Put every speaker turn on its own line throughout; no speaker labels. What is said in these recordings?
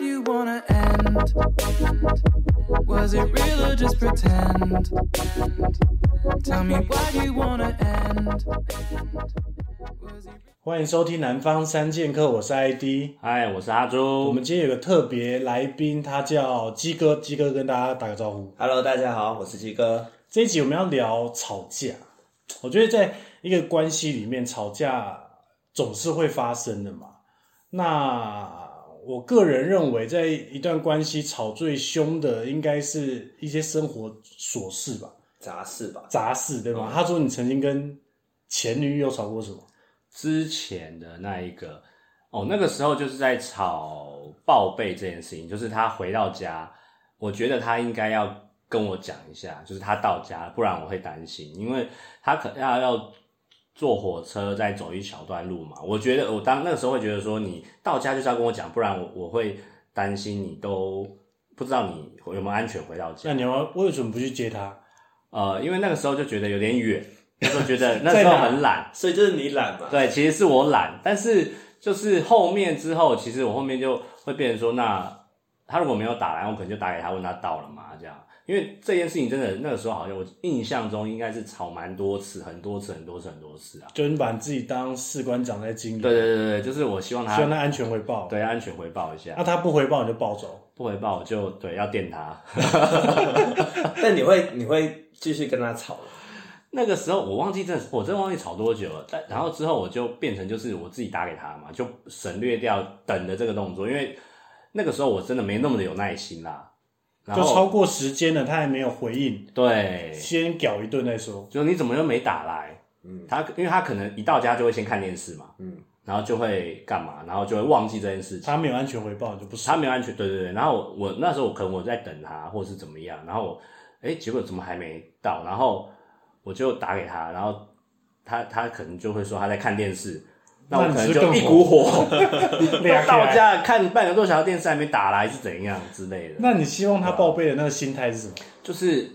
you wanna end? Was it real or just pretend? Tell me why do you wanna end? Was it
欢迎收听《南方三剑客》，我是 ID。
嗨，我是阿朱。
我们今天有个特别来宾，他叫鸡哥，鸡哥跟大家打个招呼。
Hello，大家好，我是鸡哥。
这一集我们要聊吵架，我觉得在一个关系里面，吵架总是会发生的嘛。那我个人认为，在一段关系吵最凶的，应该是一些生活琐事吧，
杂事吧，
杂事对
嗯
吧？他说你曾经跟前女友吵过什么？
之前的那一个，哦，那个时候就是在吵报备这件事情，就是他回到家，我觉得他应该要跟我讲一下，就是他到家，不然我会担心，因为他可要要坐火车再走一小段路嘛。我觉得我当那个时候会觉得说，你到家就是要跟我讲，不然我我会担心你都不知道你有没有安全回到家
那。你要为什么不去接他？
呃，因为那个时候就觉得有点 远，那时候觉得那时候很懒。
所以就是你懒嘛。
对，其实是我懒，但是就是后面之后，其实我后面就会变成说，那他如果没有打来，我可能就打给他问他到了吗？这样，因为这件事情真的那个时候好像我印象中应该是吵蛮多次，很多次，很多次，很多次啊。
就是你把你自己当士官长在经营，
对对对对，就是我希望
希望他啊
他
安全回报。
对安全回报一下，
那、他不回报你就暴走，
不回报我就对要电他。
但你会你会继续跟他吵吗？
那个时候我忘记真的是，我真的忘记吵多久了。但然后之后我就变成就是我自己打给他嘛，就省略掉等的这个动作，因为那个时候我真的没那么的有耐心啦。然
就超
后
过时间了，他还没有回应，
对，
先屌一顿再说。
就你怎么又没打来？
嗯
他因为他可能一到家就会先看电视嘛，
嗯，
然后就会干嘛，然后就会忘记这件事情。
他没有安全回报，你就不
他
爽。
没有安全，对对对。然后我我那时候我可能我在等他，或是怎么样，然后我哎、诶结果怎么还没到？然后我就打给他，然后他他可能就会说他在看电视，那我
那
可
你
能
是
就
更啊
一股火，
俩起来
到家看半个多小时电视还没打来是怎样之类的，
那你希望他报备的那个心态是什么？
啊就是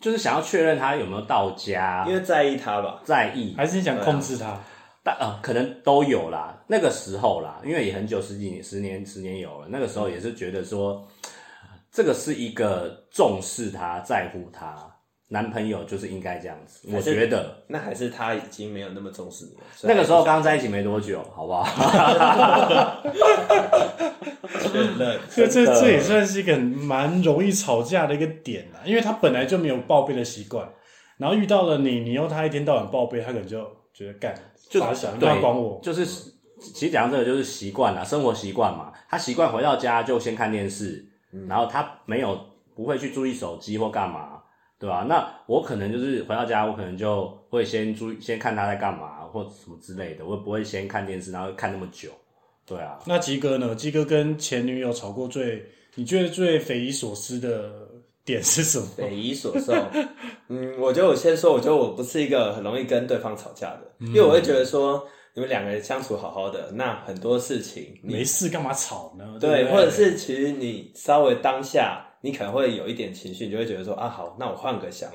就是想要确认他有没有到家
因，为在意他吧。
在意
还是你想控制他？
但呃，可能都有啦，那个时候啦，因为也很久，十几年、十年、十年有了。那个时候也是觉得说，这个是一个重视他、在乎他，男朋友就是应该这样子。我
还是啊
觉得
那还是他已经没有那么重视你了。所以
那个时候刚在一起没多久，好不 好？
选了，
这这
真的
这也算是一个很蛮容易吵架的一个点啦，因为他本来就没有报备的习惯，然后遇到了你，你又他一天到晚报备，他可能就觉得干，
就
傻想
对
他管我，
就是其实讲到这个就是习惯啦，生活习惯嘛。他习惯回到家就先看电视，然后他没有不会去注意手机或干嘛，对吧、那我可能就是回到家，我可能就会先注意先看他在干嘛或什么之类的，我也不会先看电视，然后看那么久。对啊，
那鸡哥呢？鸡哥跟前女友吵过最，你觉得最匪夷所思的点是什么？
匪夷所受。嗯，我觉得我先说，我觉得我不是一个很容易跟对方吵架的，因为我会觉得说，你们两个人相处好好的，那很多事情你
没事干嘛吵呢？对
对，
不对，
或者是其实你稍微当下，你可能会有一点情绪，你就会觉得说啊，好，那我换个想，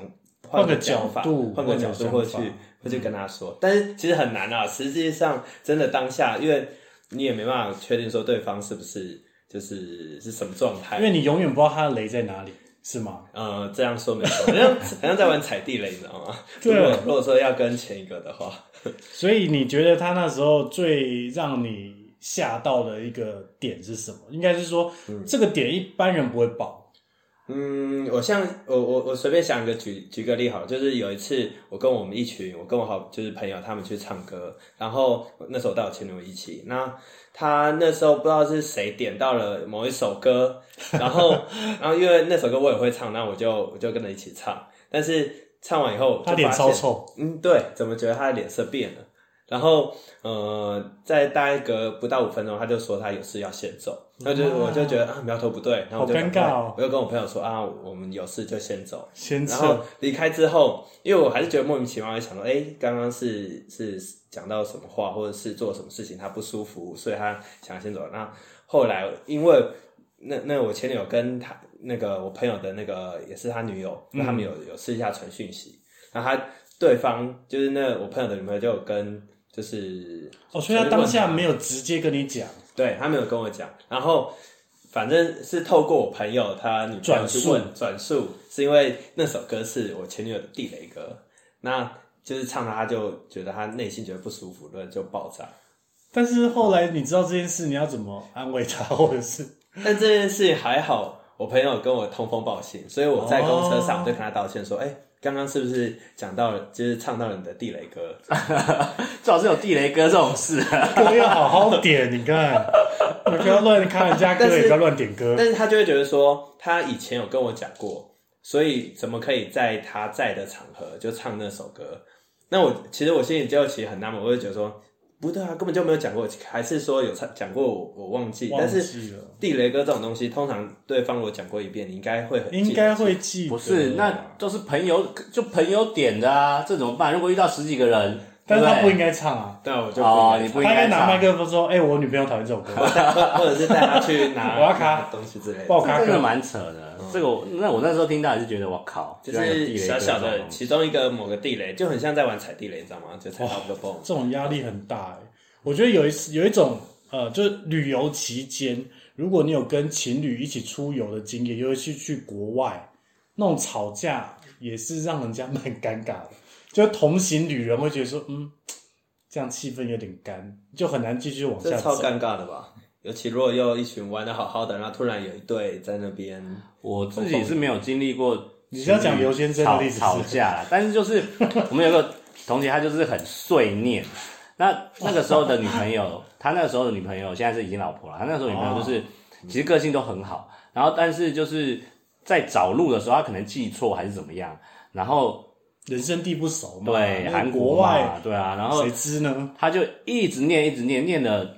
换个
个讲法
角度，
换个角
换
度，
个
或
想
去
法嗯
会去跟他说。但是其实很难啊，实际上真的当下，因为你也没办法确定说对方是不是就是是什么状态
因。为你永远不知道他的雷在哪里，是吗？
呃，这样说没错，好像好像在玩踩地雷，你知道吗？
对啊
如果如果说要跟前一个的话，
所以你觉得他那时候最让你吓到的一个点是什么？应该是说、这个点一般人不会爆，
嗯，我像我我我随便想一个举举个例好了，就是有一次我跟我们一群，我跟我好就是朋友他们去唱歌，然后那时候我带我前女友一起，那他那时候不知道是谁点到了某一首 歌，然后然后因为那首歌我也会唱，那我就我就跟着一起唱，但是唱完以后我就
他脸
发
超
现
臭，
嗯，对，怎么觉得他的脸色变了？然后，呃，在大概隔不到五分钟，他就说他有事要先走，那就
哇
我就觉得啊苗头不对，然后我就
好尴尬哦
赶快我就跟我朋友说啊，我们有事就先走。
先
然后
撤。
离开之后，因为我还是觉得莫名其妙，我就想说，哎，刚刚是是讲到什么话，或者是做什么事情，他不舒服，所以他想先走。那后来因为那那我前女友跟他那个我朋友的那个也是他女友，那他们有有私下传讯息，然后他对方就是那我朋友的女朋友就有跟就是
哦，所以他当
就是问
下没有直接跟你讲，
对他没有跟我讲，然后。反正是透过我朋友他女朋友去问转述，是因为那首歌是我前女友的地雷歌，那就是唱他就觉得他内心觉得不舒服，论就爆炸。
但是后来你知道这件事，你要怎么安慰他， 或者是
但这件事还好，我朋友跟我通风报信，所以我在公车上我就跟他道歉说，哎、刚刚是不是讲到了，就是唱到了你的地雷歌？
最好是有地雷哥这种事啊。
歌要好好点？你看，你不要乱看人家歌，
但是
也不要乱点歌。
但是他就会觉得说，他以前有跟我讲过，所以怎么可以在他在的场合就唱那首歌？那我其实我心里就其实很纳闷，我就觉得说，不对啊，根本就没有讲过，还是说有唱讲过我我忘记，
忘
但
记
是
了
地雷歌这种东西，通常对方如果讲过一遍，你应该会很记得
应该会记得，
不是，啊那都是朋友，就朋友点的啊，这怎么办？如果遇到十几个人，
但是他
对
不
对
应该唱啊。
对啊，我就
哦，
不
你
应
不
他
应
应该
该
拿麦
唱，
克风说：“哎，我女朋友讨厌这首歌。
该唱或者是带 他去拿
我要卡
拿东西之类
爆
的。
卡
哦这真的
歌
蛮扯的。这个我那我那时候听到也是觉得我靠，
就
居然有
是
地雷
小
哥
小
这
的
种
其中一个某个地雷，就很像在玩踩地雷，你知道吗？就踩到一个蹦。
这种压力很大、欸。我觉得有一次有一种呃，就是旅游期间，如果你有跟情侣一起出游的经验，尤其去国外，那种吵架也是让人家蛮尴尬的。就同行旅人会觉得说，嗯，这样气氛有点干，就很难继续往
这
下
超
走。
尴尬的吧？尤其如果又一群玩的好好的，然后突然有一对在那边，
我自己是没有经历过。
你是要讲刘先生的
吵
例子是
吵架啦，但是就是我们有个同学，他就是很碎念。那那个时候的女朋友，他那个时候的女朋友现在是已经老婆了。他那时候女朋友
哦
就是、其实个性都很好，然后但是就是在找路的时候，他可能记错还是怎么样，然后
人生地不熟嘛，
对
那
韩
国
嘛
外
对啊，然后
谁知呢？
他就一直念一直念，念了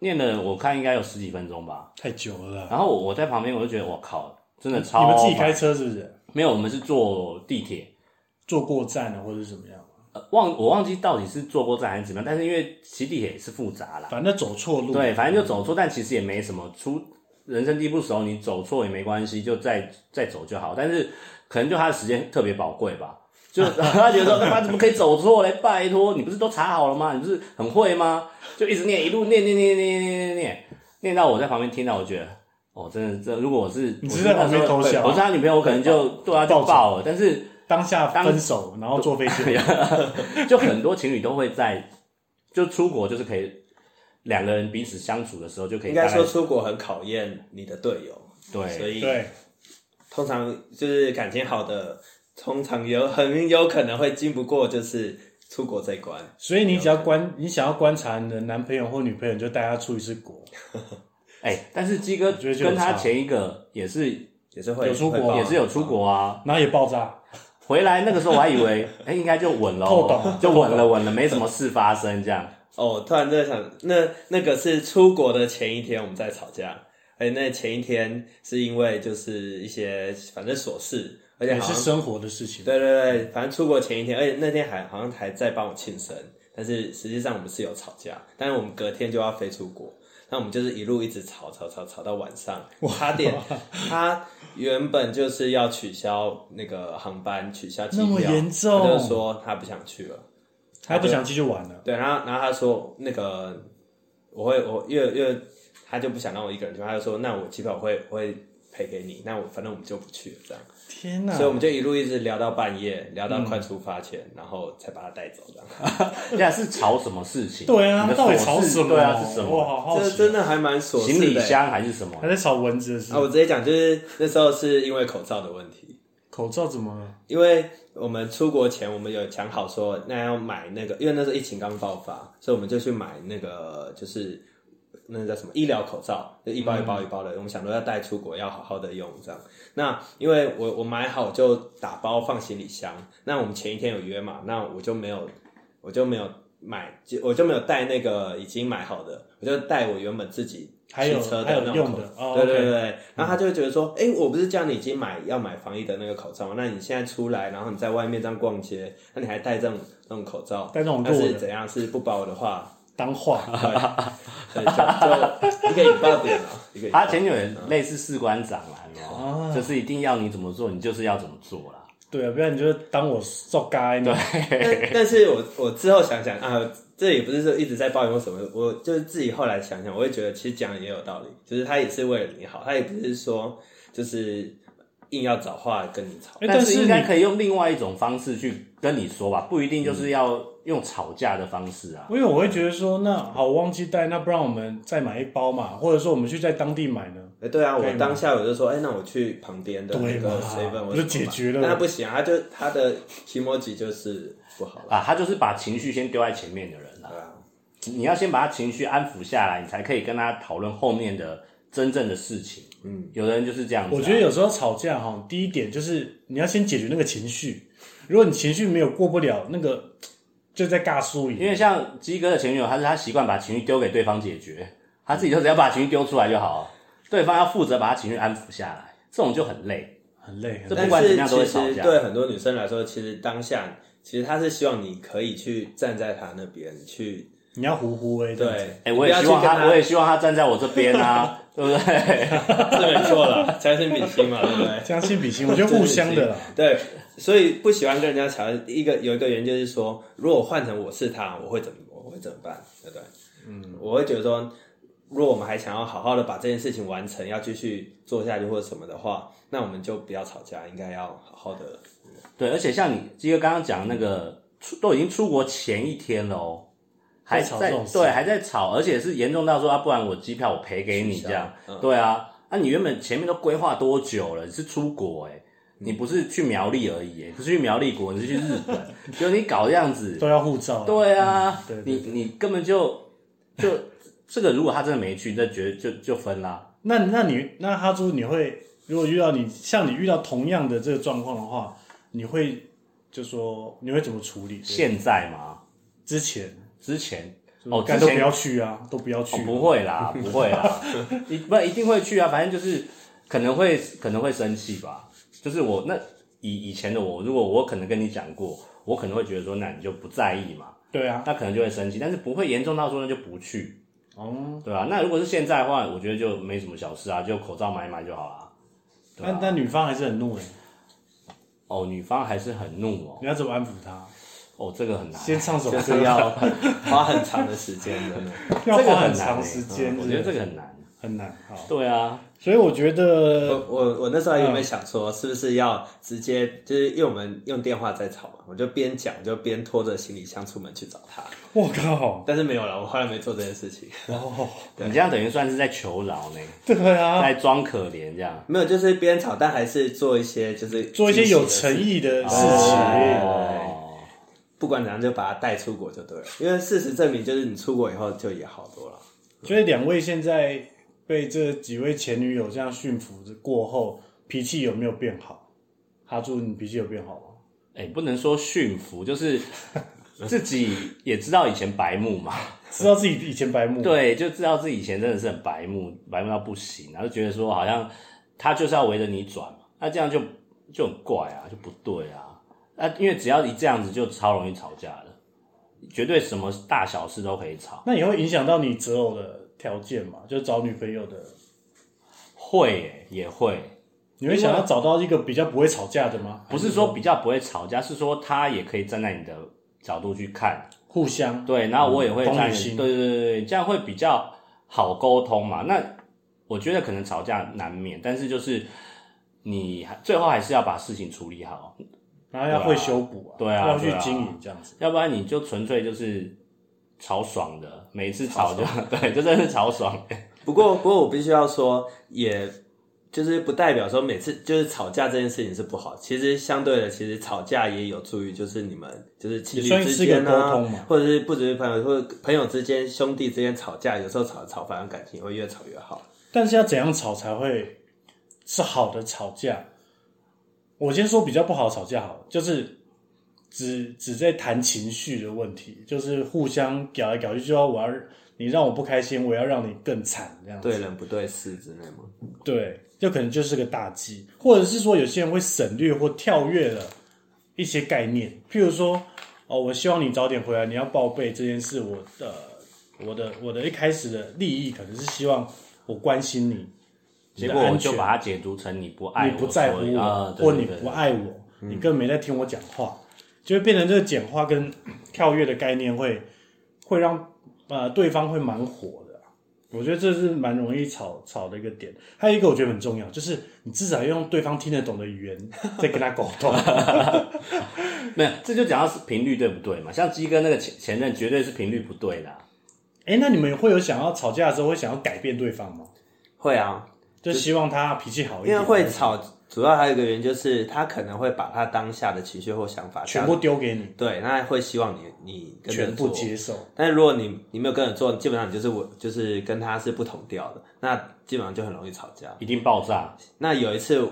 念了，我看应该有十几分钟吧。
太久了啦。
然后我我在旁边我就觉得我靠，真的超
你们自己
烦
开车是不是？
没有，我们是坐地铁，
坐过站啊了或者是怎么样？
呃忘我忘记到底是坐过站还是怎么样，但是因为骑地铁也是复杂啦，
反正走错路。
对，反正就走错，但其实也没什么，出人生地不熟，你走错也没关系，就再再走就好。但是可能就他的时间特别宝贵吧，就 他觉得说他怎么可以走错嘞？拜托，你不是都查好了吗？你不是很会吗？就一直念，一路念念念念念念念念到我在旁边听到，我觉得。哦，真的，这如果我是
你
我
是在旁边
那时候
偷笑
我是他女朋友，我可能就对他就
抱着
爆了。但是
当下
当
分手，然后坐飞机回
就很多情侣都会在，就出国就是可以两个人彼此相处的时候就可以
应
大
该
概
说出国很考验你的队友，所
对，
以
对，
通常就是感情好的，通常有很有可能会经不过就是出国这一关。
所以你只要观，你想要观察你的男朋友或女朋友，你就带他出一次国。
哎、但是鸡哥
觉得就有
跟他
差
前一个也是
也是会
有出国
会爆
也是有出国啊，
然后也爆炸，
回来那个时候我还以为哎、应该就稳了
透懂
哦，就稳了稳了，没什么事发生这样。
哦。突然在想，那那个是出国的前一天我们在吵架，而且那前一天是因为就是一些反正琐事，而且
也
好
是
像
生活的事情。
对对对，反正出国前一天，而且那天还好像还在帮我庆生，但是实际上我们是有吵架，但是我们隔天就要飞出国，那我们就是一路一直吵吵吵吵到晚上，差点他原本就是要取消那个航班，取消机票，
那么严重
他就说他不想去了。
他不想继续玩了，
对，然后然后他说那个我会我因为因为他就不想让我一个人去，他就说那我机票我会我会赔给你，那我反正我们就不去了这样。
天哪！
所以我们就一路一直聊到半夜，聊到快出发前，然后才把他带走的。
现在是吵什么事情？
对啊
你，的
到底
琐
吵
事
什么？
对啊，是什
我
么？
好好
这
奇，
真的还蛮琐
行
事
李
的欸。
箱还是什么
还？在吵蚊子的事
哦
啊，。我直接讲，就是那时候是因为口罩的问题，
口罩怎么了？
因为我们出国前我们有讲好说，那要买那个，因为那时候疫情刚爆发，所以我们就去买那个就是那叫什么医疗口罩，就一包一包一包的，我们想说要带出国，要好好的用这样。那因为我我买好就打包放行李箱，那我们前一天有约嘛，那我就没有我就没有买，就我就没有带那个已经买好的，我就带我原本自己
还有
汽车
还有
的那种
用
口
的哦
对对
OK
对对。然后他就会觉得说，哎、我不是叫你已经买要买防疫的那个口罩吗？那你现在出来，然后你在外面这样逛街，那你还戴这种那种口罩，
戴这种
那
弱
是
的
怎样？是不包的话，
当话
对，对就就一个引爆点啊，一个引爆
他
点
前女友类似士官长啦，有没有
哦
就是一定要你怎么做，你就是要怎么做啦。
对啊，不然你就当我做该呢。
但但是我我之后想想啊，这也不是说一直在抱怨或什么，我就是自己后来想想，我会觉得其实讲也有道理，就是他也是为了你好，他也不是说就是硬要找话跟你吵。
哎
但
但
是
是
应该
你
可以用另外一种方式去跟你说吧，不一
嗯
定就是要用吵架的方式啊。
因为我会觉得说，那好，我忘记带，那不然我们再买一包嘛，或者说我们去在当地买呢？
哎，对啊，
可以
我
吗
当下我就说，哎、那我去旁边的那
对
个
嘛
seven，我
就解决了
但他不行啊，他就他的 emoji 就是不好了。
啊，他就是把情绪先丢在前面的人啊
对。啊，
你要先把他情绪安抚下来，你才可以跟他讨论后面的真正的事情。嗯，有的人就是这样子啊、
我觉得有时候吵架哈，第一点就是你要先解决那个情绪，如果你情绪没有过不了，那个就在尬输赢。
因为像鸡哥的前女友，他是他习惯把情绪丢给对方解决，他自己就只要把情绪丢出来就好，啊对方要负责把他情绪安抚下来，这种就很累。
很累，很累
这不
但
管怎
是
么样都
其
会吵架
实对很多女生来说，其实当下其实他是希望你可以去站在他那边去，
你要呼呼哎，这样子
对，
哎、我也
不要
希
去
望
跟
他，我也希望他站在我这边 啊，对不对？
是没错了，才是明星嘛，对不对？
这样性比心，我觉得互 相的啦。
对，所以不喜欢跟人家吵，一个有一个原因就是说，如果换成我是他，我会怎么，我会怎么办，对不对？嗯，我会觉得说，如果我们还想要好好的把这件事情完成，要继续做下去或者什么的话，那我们就不要吵架，应该要好好的。
对，而且像你鸡哥刚刚讲的那个，出都已经出国前一天了哦，还
在吵
在
这种事
对还在吵，而且是严重到说啊，不然我机票我赔给你
取消
这样，
嗯
对啊，那、你原本前面都规划多久了？你是出国哎、你不是去苗栗而已、哎，不是去苗栗国，你是去日本， 就你搞这样子，
都要护照啊，
对啊，
嗯对对
你你根本就就这个，如果他真的没去，那绝对就就分啦。
那那你那哈猪，你会如果遇到你像你遇到同样的这个状况的话，你会就说你会怎么处理？
现在嘛，
之前
之前
就是
哦，之
干都
前
不要去啊，都不要去
哦，，不 会啦，不会啦，一不一定会去啊，反正就是可能会可能会生气吧。就是我那以以前的我，如果我可能跟你讲过，我可能会觉得说，那你就不在意嘛，
对啊，
那可能就会生气，但是不会严重到说那就不去，
哦，
对啊。那如果是现在的话，我觉得就没什么小事啊，就口罩买一买就好啦。对
那
啊
那女方还是很怒哎，
哦，女方还是很怒哦，
你要怎么安抚她？
哦，这个很难，
先唱首
就
歌，
是要花很长的时间的呢。
要
这个
花
很
很
难欸
长时间，
嗯我觉得这个很难。
很难。好，
对啊，
所以我觉
我
哦
得
我我那时候有没有想说，是不是要直接就是因为我们用电话在吵嘛，我就边讲就边拖着行李箱出门去找他，
我靠，
但是没有了，我后来没做这件事情。
哦，
你这样等于算是在求饶呢，
对啊，
在装可怜这样。
没有，就是边吵，但还是做一些就是
做一些有诚
意，
意的事情。
哦，
不管怎样就把它带出国就对了。因为事实证明，就是你出国以后就也好多了。
所以两位现在被这几位前女友这样驯服过后，脾气有没有变好？哈猪，你脾气有变好吗？
哎、不能说驯服，就是自己也知道以前白目嘛，
知道自己以前白目，，
对，就知道自己以前真的是很白目，白目到不行，然后就觉得说好像他就是要围着你转嘛，那这样就就很怪啊，就不对啊，那因为只要一这样子就超容易吵架的，绝对什么大小事都可以吵，
那也会影响到你择偶的条件嘛？就是找女朋友的，
会耶、也会，
你会想要找到一个比较不会吵架的吗？
不是说比较不会吵架，是说他也可以站在你的角度去看，
互相
对，然后我也会
同理
站，对
心
对对对，这样会比较好沟通嘛。那我觉得可能吵架难免，但是就是你还最后还是要把事情处理好，
然后要会修补啊，
对啊
要去
对啊
经营这样子。
要不然你就纯粹就是吵爽的，每一次吵就 对，就真的是吵爽。
不过，不过我必须要说，也就是不代表说每次就是吵架这件事情是不好。其实相对的，其实吵架也有助于就是你们就是情侣
也算
之
是个
间啊
沟通嘛，
或者是不只是朋友，或者朋友之间、兄弟之间吵架，有时候吵吵，反而感情会越吵越好。
但是要怎样吵才会是好的吵架？我先说比较不好的吵架好了，就是只只在谈情绪的问题，就是互相搞来搞去，就要我要你让我不开心，我要让你更惨这样子。
对人不对事之类嘛。
对，就可能就是个大忌，或者是说有些人会省略或跳跃了一些概念，譬如说，哦，我希望你早点回来，你要报备这件事，我的我的我的一开始的利益可能是希望我关心你，
结果我就把它解读成你不爱
你
我，
不在乎
所以啊
我，，
对
或
对嗯
你
对
不爱我，你根本没在听我讲话，就会变成这个简化跟跳跃的概念会会让呃对方会蛮火的啊、我觉得这是蛮容易吵吵的一个点。还有一个我觉得很重要，就是你至少要用对方听得懂的语言 在跟他沟 通。
没有，这就讲到是频率对不对嘛？像鸡哥那个前前任绝对是频率不对啊啦。
哎、那你们会有想要吵架的时候会想要改变对方吗？
会啊，
就希望他脾气好一
因
点，
为会吵，主要还有一个原因就是他可能会把他当下的情绪或想法
全部丢给你，
对，那会希望你你跟着
全部
做
接受。
但如果你你没有跟着做，基本上你就是我就是跟他是不同调的，那基本上就很容易吵架。
一定爆炸，
那有一次，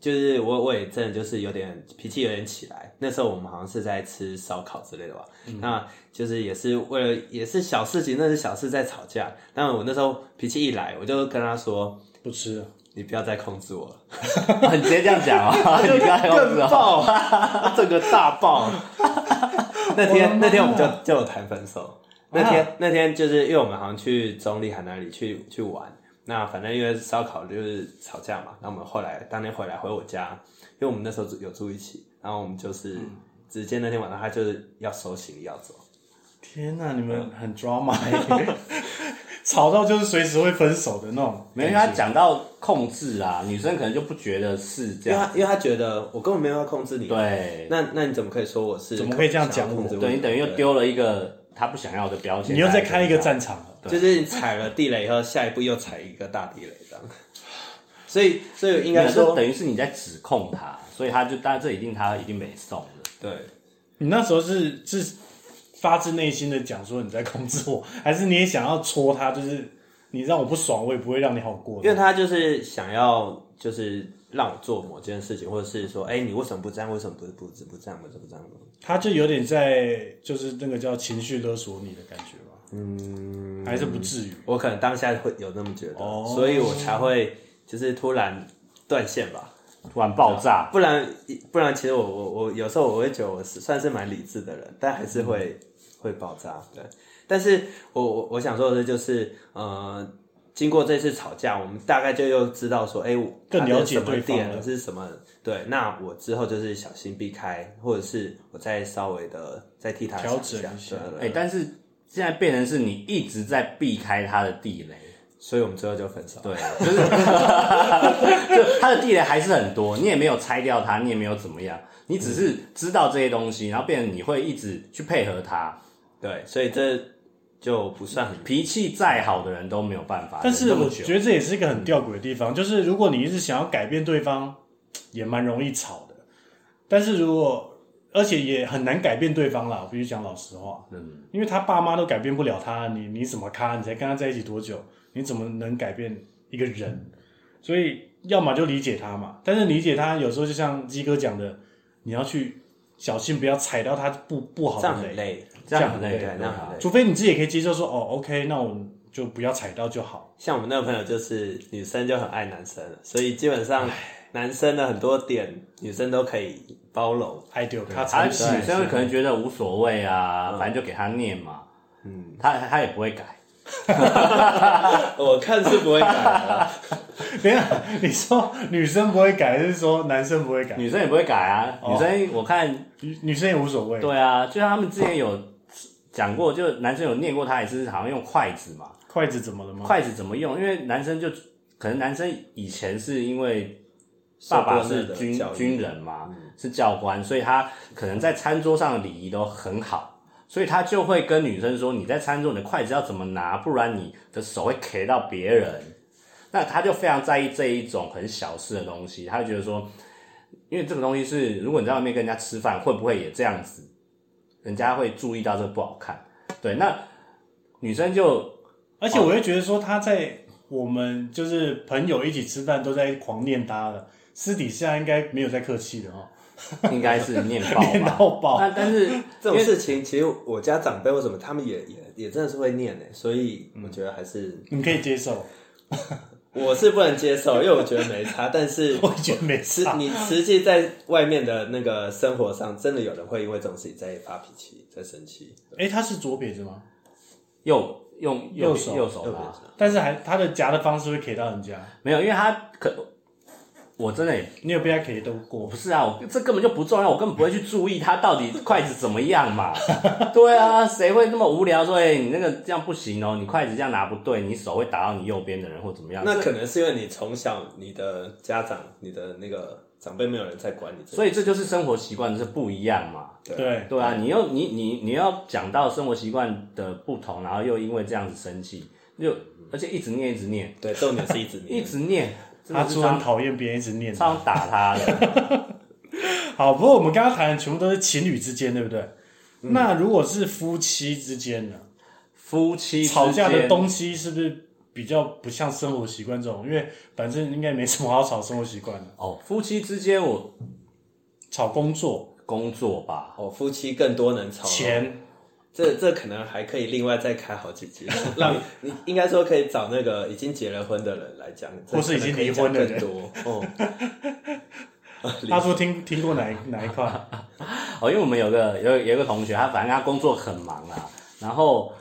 就是我我也真的就是有点脾气有点起来，那时候我们好像是在吃烧烤之类的吧，
嗯
那就是也是为了也是小事情，那是小事在吵架。但我那时候脾气一来，我就跟他说
不吃了，：“
你不要再控制我了。
很直接这样讲 啊、你不要这样
更
子哦。
爆，
啊
整个大爆。那天那天我们就就有谈分手。那天、那天就是因为我们好像去中立海那里去去玩，那反正因为烧烤就是吵架嘛，那我们后来当天回来回我家，因为我们那时候住有住一起，然后我们就是、直接那天晚上他就是要收行李要走，
天哪、你们很 drama，欸 吵到就是随时会分手的那种。
没有，因为他讲到控制啊，女生可能就不觉得是这
因为
样。
他因为他觉得我根本没有要控制你，，
对，
那那你怎么可以说我是
怎么可以这样
想要
讲我
控制
对你等于又
对
丢了一个他不想要的标签。
你又在开一个，战场了，
就是你踩了地雷以后，下一步又踩一个大地雷这样。所以，所以应
应
该
该
说
啊说，等于是你在指控他，所以他就当然这一定他一定没送的。
对，
你那时候是是发自内心的讲说你在控制我，还是你也想要戳他？就是你让我不爽，我也不会让你好过。
因为他就是想要，就是让我做某件事情，或者是说，哎、你为什么不这样？为什么不不不不这样？为什么不这样？
他就有点在就是那个叫情绪勒索你的感觉吧？嗯，还是不至于。
我可能当下会有那么觉得，
哦
所以我才会就是突然断线吧。
突然爆炸，
不然，不然，其实我我我有时候我会觉得我是算是蛮理智的人，但还是会、会爆炸。对，但是我我我想说的是就是，呃，经过这次吵架，我们大概就又知道说，哎、我
更了解
他的什
对
么
方了
点是什么。对，那我之后就是小心避开，或者是我再稍微的再替他
调
想
整一下
对对
哎、
对
但是现在变成是你一直在避开他的地雷。
所以我们最后就分手。
对， 就是就他的地雷还是很多，你也没有拆掉它，你也没有怎么样，你只
嗯
是知道这些东西，然后变成你会一直去配合他。
对，所以这就不算很
脾气再好的人都没有办法忍
但是
这么
我
久，
觉得这也是一个很吊诡的地方，就是如果你一直想要改变对方，也蛮容易吵的。但是如果而且也很难改变对方啦，我必须讲老实话，
嗯，
因为他爸妈都改变不了他，你你怎么咖？你才跟他在一起多久？你怎么能改变一个人？所以要么就理解他嘛，但是理解他有时候就像鸡哥讲的，你要去小心不要踩到他不不好
这样
的
很
雷，
累，
这样很
对，
累，
啊
这样很累。
除非你自己也可以接受说哦，OK，那我就不要踩到就好。
像我们那个朋友就是女生就很爱男生了，所以基本上男生的很多点女生都可以包容。
爱丢他
而
才
且
是
女 生可能觉得无所谓
嗯
啊，反正就给他念嘛，嗯，他他也不会改，
我看是不会改的，
等一下，你说女生不会改，还是说男生不会
嗯
改？
女生也不会改啊，
哦
女生我看
女女生也无所谓。
对啊，就像他们之前有讲过，就男生有念过，他也是好像用筷子嘛，
筷子怎么了吗？
筷子怎么用？因为男生就可能男生以前是因为爸爸是军军人嘛，是教官，所以他可能在餐桌上的礼仪都很好，所以他就会跟女生说：“你在餐桌你的筷子要怎么拿，不然你的手会 K 到别人。”那他就非常在意这一种很小事的东西，他就觉得说，因为这个东西是，如果你在外面跟人家吃饭，会不会也这样子？人家会注意到这个不好看。对，那女生就
而且我会觉得说他在我们就是朋友一起吃饭都在狂念他了，私底下应该没有在客气的哦，
应该是念 爆
念
吧。哦
到爆。
那啊但是
这
因
种
为
事情其实我家长辈为什么他们也也也真的是会念呢？欸所以我觉得还是
你可以接受，
我是不能接受，因为我觉得没差。但是
我觉得没
实
事。
你实际在外面的那个生活上，真的有人会因为这种事情在发脾气、在生气。
哎，他是左撇子吗？
右用右
右手
右手
对不对
吧，
但是还他的夹的方式会给到人家，
没有，因为他可我真的也
你有被他 K 都
我
过
不，是啊，我这根本就不重要，我根本不会去注意它到底筷子怎么样嘛。对啊，谁会那么无聊说，哎、你那个这样不行哦，你筷子这样拿不对，你手会打到你右边的人或怎么样？
那可能是因为你从小你的家长、你的那个长辈没有人在管你这个，
所以这就是生活习惯是不一样嘛。
对，
对啊，你又你你你要讲到生活习惯的不同，然后又因为这样子生气，又而且一直念一直念
对，重点是一直
一
念。
直念，真
阿
的是
朱很
超
讨厌别人一直念他。
超想打他的。
好，不过我们刚刚谈的全部都是情侣之间，对不对？那如果是夫妻之间呢？
夫妻之间
吵架的东西是不是比较不像生活习惯这种？因为反正应该没什么好吵生活习惯的，
哦，夫妻之间我
吵工作、
工作吧，
哦，夫妻更多能
哦
吵，
钱，
这这可能还可以另外再开好 几集，让你应该说可以找那个已经结了婚的人来讲，这
或是已经离婚的人
可能可以 讲更多。哦，哦
他说听听过哪一哪一块？
哦，因为我们有个有有一个同学，他反正他工作很忙啦，然后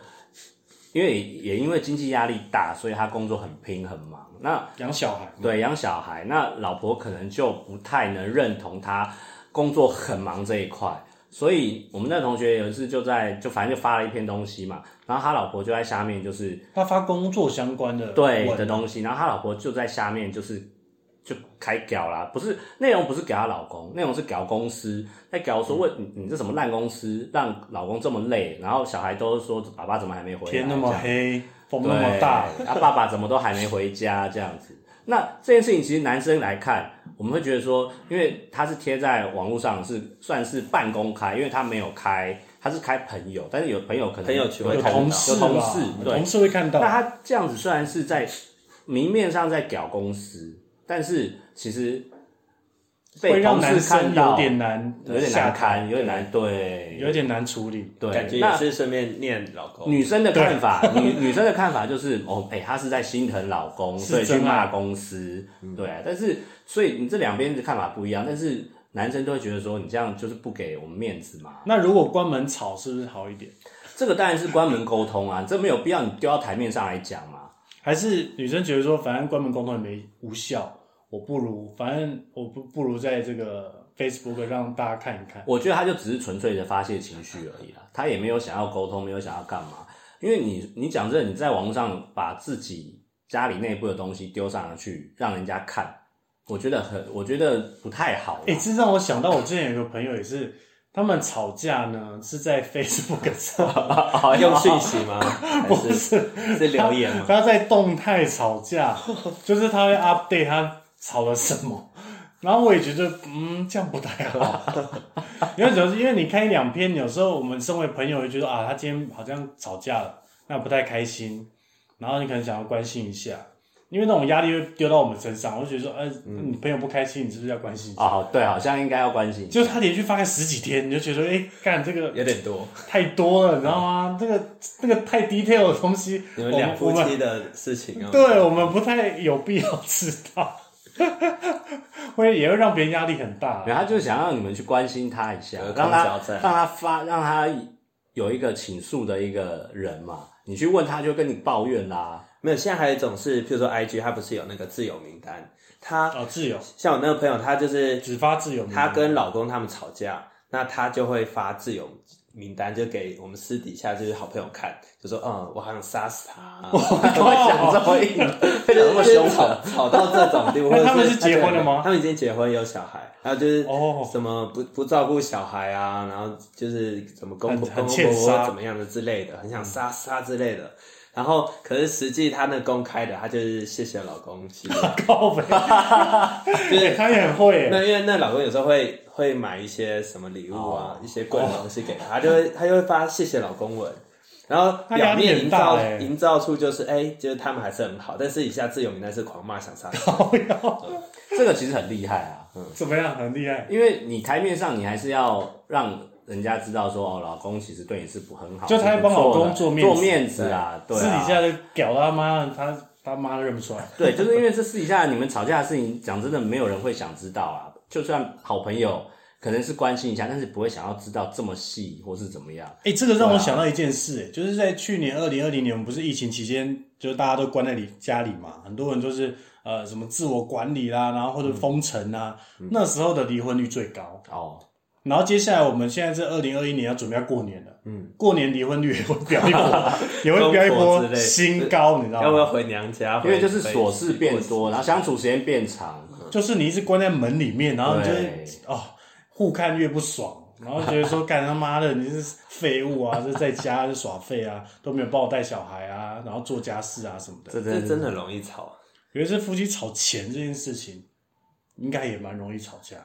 因为也也因为经济压力大，所以他工作很拼很忙。那
养小孩，
对养小孩，那老婆可能就不太能认同他工作很忙这一块，所以我们那同学有一次就在就反正就发了一篇东西嘛，然后他老婆就在下面就是
他发工作相关的
对
文
的东西，然后他老婆就在下面就是就开屌啦，不是内容不是给她老公，内容是屌公司，在屌
嗯
说问你你这什么烂公司，让老公这么累，然后小孩都说爸爸怎么还没回来，
天那么
这样
黑，风
对，
那么大，
啊爸爸怎么都还没回家这样子。那这件事情其实男生来看，我们会觉得说，因为他是贴在网络上是算是半公开，因为他没有开，他是开朋友，但是有朋友可能
朋友圈会
有
看得
同
到
事
有同
啦
事
有
对
同事会看
那
到，
他这样子虽然是在明面上在屌公司，但是其实
会
被
让
同
男
事看
生有
到
点难，
有点
下
难堪，有点难对，
有点难处理。
对。
感觉也
那
是顺便念老公。
女生的看法，女女生的看法就是哦，哎、她是在心疼老公，
是
所以去
真爱嗯
骂公司，对啊。但是所以你这两边的看法不一样，但是男生都会觉得说你这样就是不给我们面子嘛，
那如果关门吵是不是好一点？
这个当然是关门沟通啊，这没有必要你丢到台面上来讲嘛。
还是女生觉得说，反正关门沟通也没无效，我不如反正我不不如在这个 Facebook 让大家看一看。
我觉得他就只是纯粹的发泄情绪而已啦，他也没有想要沟通，没有想要干嘛。因为你你讲这，你在网络上把自己家里内部的东西丢上去，让人家看，我觉得很，我觉得不太好啦。
哎、这让我想到我之前有个朋友也是，他们吵架呢是在 Facebook 上，
好
用讯息吗？ 还
不
是
是
是留言吗？
他在动态吵 架，就是他会 update 他吵了什么。然后我也觉得，嗯，这样不太 好。因为主要是因为你看一两篇，有时候我们身为朋友也觉得啊，他今天好像吵架了，那不太开心。然后你可能想要关心一下，因为那种压力会丢到我们身上。我就觉得说，哎、
嗯
你朋友不开心，你是不是要关心一下？
哦，对，好像应该要关心。
就是他连续发个十几天，你就觉得，哎、干这个
有点多。
太多了，你知道吗？这个这个太 detail 的东西，
你们
我
两夫
我们
妻的事情 啊？
对哦我们不太有必要知道， 会也会让别人压力很大。啊
然后他就想让你们去关心他一下，
隔空
让他
交战
让他发让他有一个倾诉的一个人嘛，你去问他就跟你抱怨 啦。
没有，现在还有一种是，譬如说 IG，它不是有那个自由名单？它
哦，自由
像我那个朋友，他就是
只发自由名，
她跟老公他们吵架，那她就会发自由名单，就给我们私底下就是好朋友看，就说嗯，我好想杀死 他，
我讲这么硬，
哦
讲这么凶
就是吵
狠，
吵到这种 地步。
那
或者
他们是结婚了吗
他们已经结婚有小孩，然后就是
哦
什么不不照顾小孩啊，然后就是怎么公
很
公
很
公
欠
婆婆
杀
怎么样的之类的，很想杀杀之类的。然后，可是实际她那公开的，她就是谢谢老公，谢谢
告 白，
就是
他也很会耶。
那因为那老公有时候会会买一些什么礼物啊，
哦
一些贵的东西给他，他就会他就会发谢谢老公文，然后
那压
表
力
面
很
营
大
造、
欸
营造出就是哎、就是他们还是很好，但私底下自由名单是狂骂想杀他。
哦
靠
啊
腰
这个其实很厉害啊。
怎么样？很厉害。
因为你台面上你还是要让人家知道说，哦，老公其实对你是不很好，
就他
是
会
不
帮老
错的
公做
做
面子
子啊，对
私底
啊，
下就屌他妈，他他妈都认不出来。
对，就是因为这私底下你们吵架的事情，讲真的没有人会想知道啊。就算好朋友，可能是关心一下，但是不会想要知道这么细或是怎么样。
哎、这个让我想到一件事、哎、
啊
就是在去年二零二零年，我们不是疫情期间，就是大家都关在里家里嘛，很多人就是呃什么自我管理啦，然后
嗯
或者封城啊，那时候的离婚率最高。
哦，
然后接下来我们现在这二零二一年要准备要过年了，
嗯，
过年离婚率也会飙一 波，也会飙一
中国之类
波
的
新高，你知道吗？
要不要回娘家？
因为就是
回
琐事变多，然后相处时间变长，
就是你一直关在门里面，然后你就
对
会哦，互看越不爽，然后觉得说干他妈的你是废物啊， 就在家就耍废啊，都没有帮我带小孩啊，然后做家事啊什么的。
这
这
真
真
的
的很容易吵。
尤其是夫妻吵钱这件事情，应该也蛮容易吵架。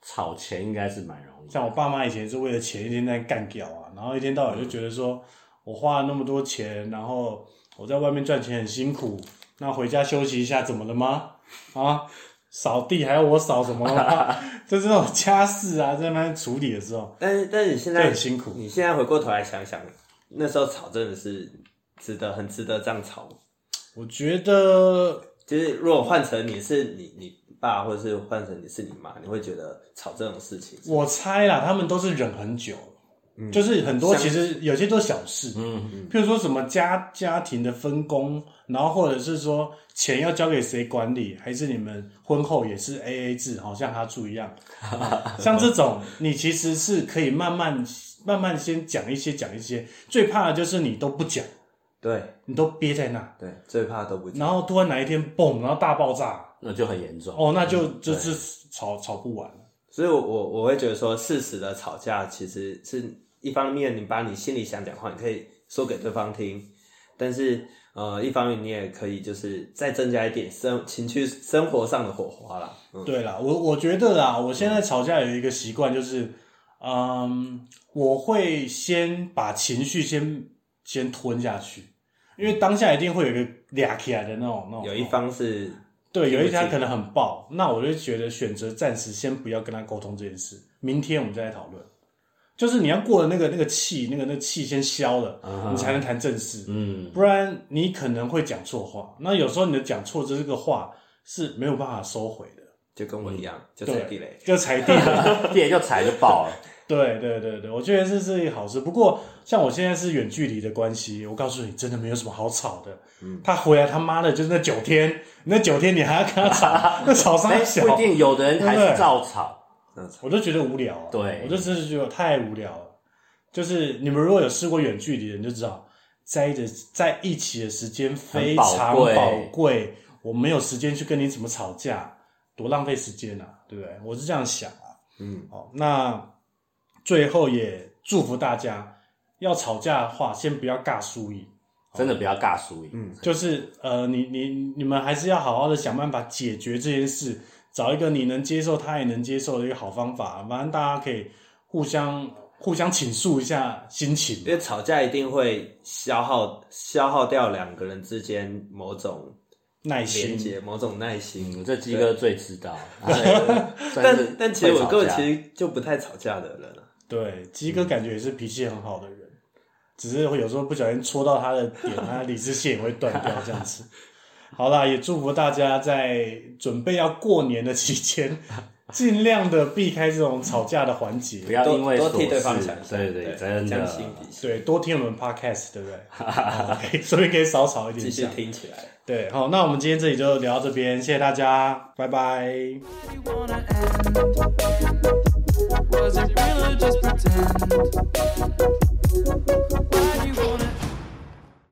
吵钱应该是蛮容易。
像我爸妈以前是为了钱一天在干掉啊，然后一天到晚就觉得说我花了那么多钱，然后我在外面赚钱很辛苦，那回家休息一下怎么了吗？啊，扫地还要我扫什么吗？ 就这种家事啊，在那边处理的时候，
但是但是你现
就
在
很辛苦。
你现在回过头来想想，那时候吵真的是值得，很值得这样吵。
我觉得
就是如果换成你是你你爸，或者是换成你是你妈，你会觉得吵这种事情，
我猜啦，他们都是忍很久，就是很多其实有些都是小事，
嗯
嗯，譬如说什么家家庭的分工，然后或者是说钱要交给谁管理，还是你们婚后也是 A A 制，好像他住一样，像这种你其实是可以慢慢慢慢先讲一些讲一些，最怕的就是你都不讲，
对
你都憋在那，
对，最怕都不讲。
然后突然哪一天嘣，然后大爆炸，
那就很严重。
哦，那就就是吵吵不完。
所以我，我我会觉得说，适时的吵架其实是一方面，你把你心里想讲的话，你可以说给对方听，但是呃，一方面你也可以就是再增加一点生情绪生活上的火花啦。嗯，
对啦，我我觉得啦，我现在吵架有一个习惯就是，嗯，我会先把情绪先先吞下去，因为当下一定会有一个俩起来的那种那种。
有一方是
对，有一
听
方
不进
可能很爆，那我就觉得选择暂时先不要跟他沟通这件事，明天我们再来讨论。就是你要过了那个那个气，那个那个气先消了，
啊
你才能谈正事。
嗯，
不然你可能会讲错话。那有时候你的讲错这个话是没有办法收回的，
就跟我一样，
嗯
就
对
踩 地雷。
就踩地雷。
电就踩就爆了。
对对对对，我觉得这是一个好事。不过像我现在是远距离的关系，我告诉你，真的没有什么好吵的。
嗯
他回来他妈的就是那九天，那九天你还要跟他 吵，那吵啥
哎，
小
不？一定，有的人还是照吵。
我就觉得无聊、啊，
对
我就真是觉得太无聊了。就是你们如果有试过远距离的，你就知道，在的在一起的时间非常
很宝贵
宝贵，我没有时间去跟你怎么吵架，多浪费时间啊，对不对？我是这样想啊。
嗯，
好，那最后也祝福大家，要吵架的话，先不要尬输赢，
真的不要尬输赢。嗯，
就是呃，你你你们还是要好好的想办法解决这件事，找一个你能接受，他也能接受的一个好方法。反正大家可以互相互相倾诉一下心情
因。为吵架一定会消耗消耗掉两个人之间某种
耐
连
心。
接、某种耐心。
这鸡哥最知道。 对算是
但但其实
会
我
吵
哥
架
其实就不太吵架的人啊，
对，鸡哥感觉也是脾气很好的
嗯
人，只是会有时候不小心戳到他的点，他理智线也会断掉这样子。 好啦，也祝福大家在准备要过年的期间， 尽量的避开这种吵架的环节
不。要
多
因为
多
琐
替对方
事
想想，
对对，真
将
的
心比心，
对，多听我们 podcast，对不 对？好所以可以少吵一
继
点
续
架。
听起来。
对，好，那我们今天这里就聊到这边，谢谢大家，拜拜。
you wanna end? Was it real or just pretend?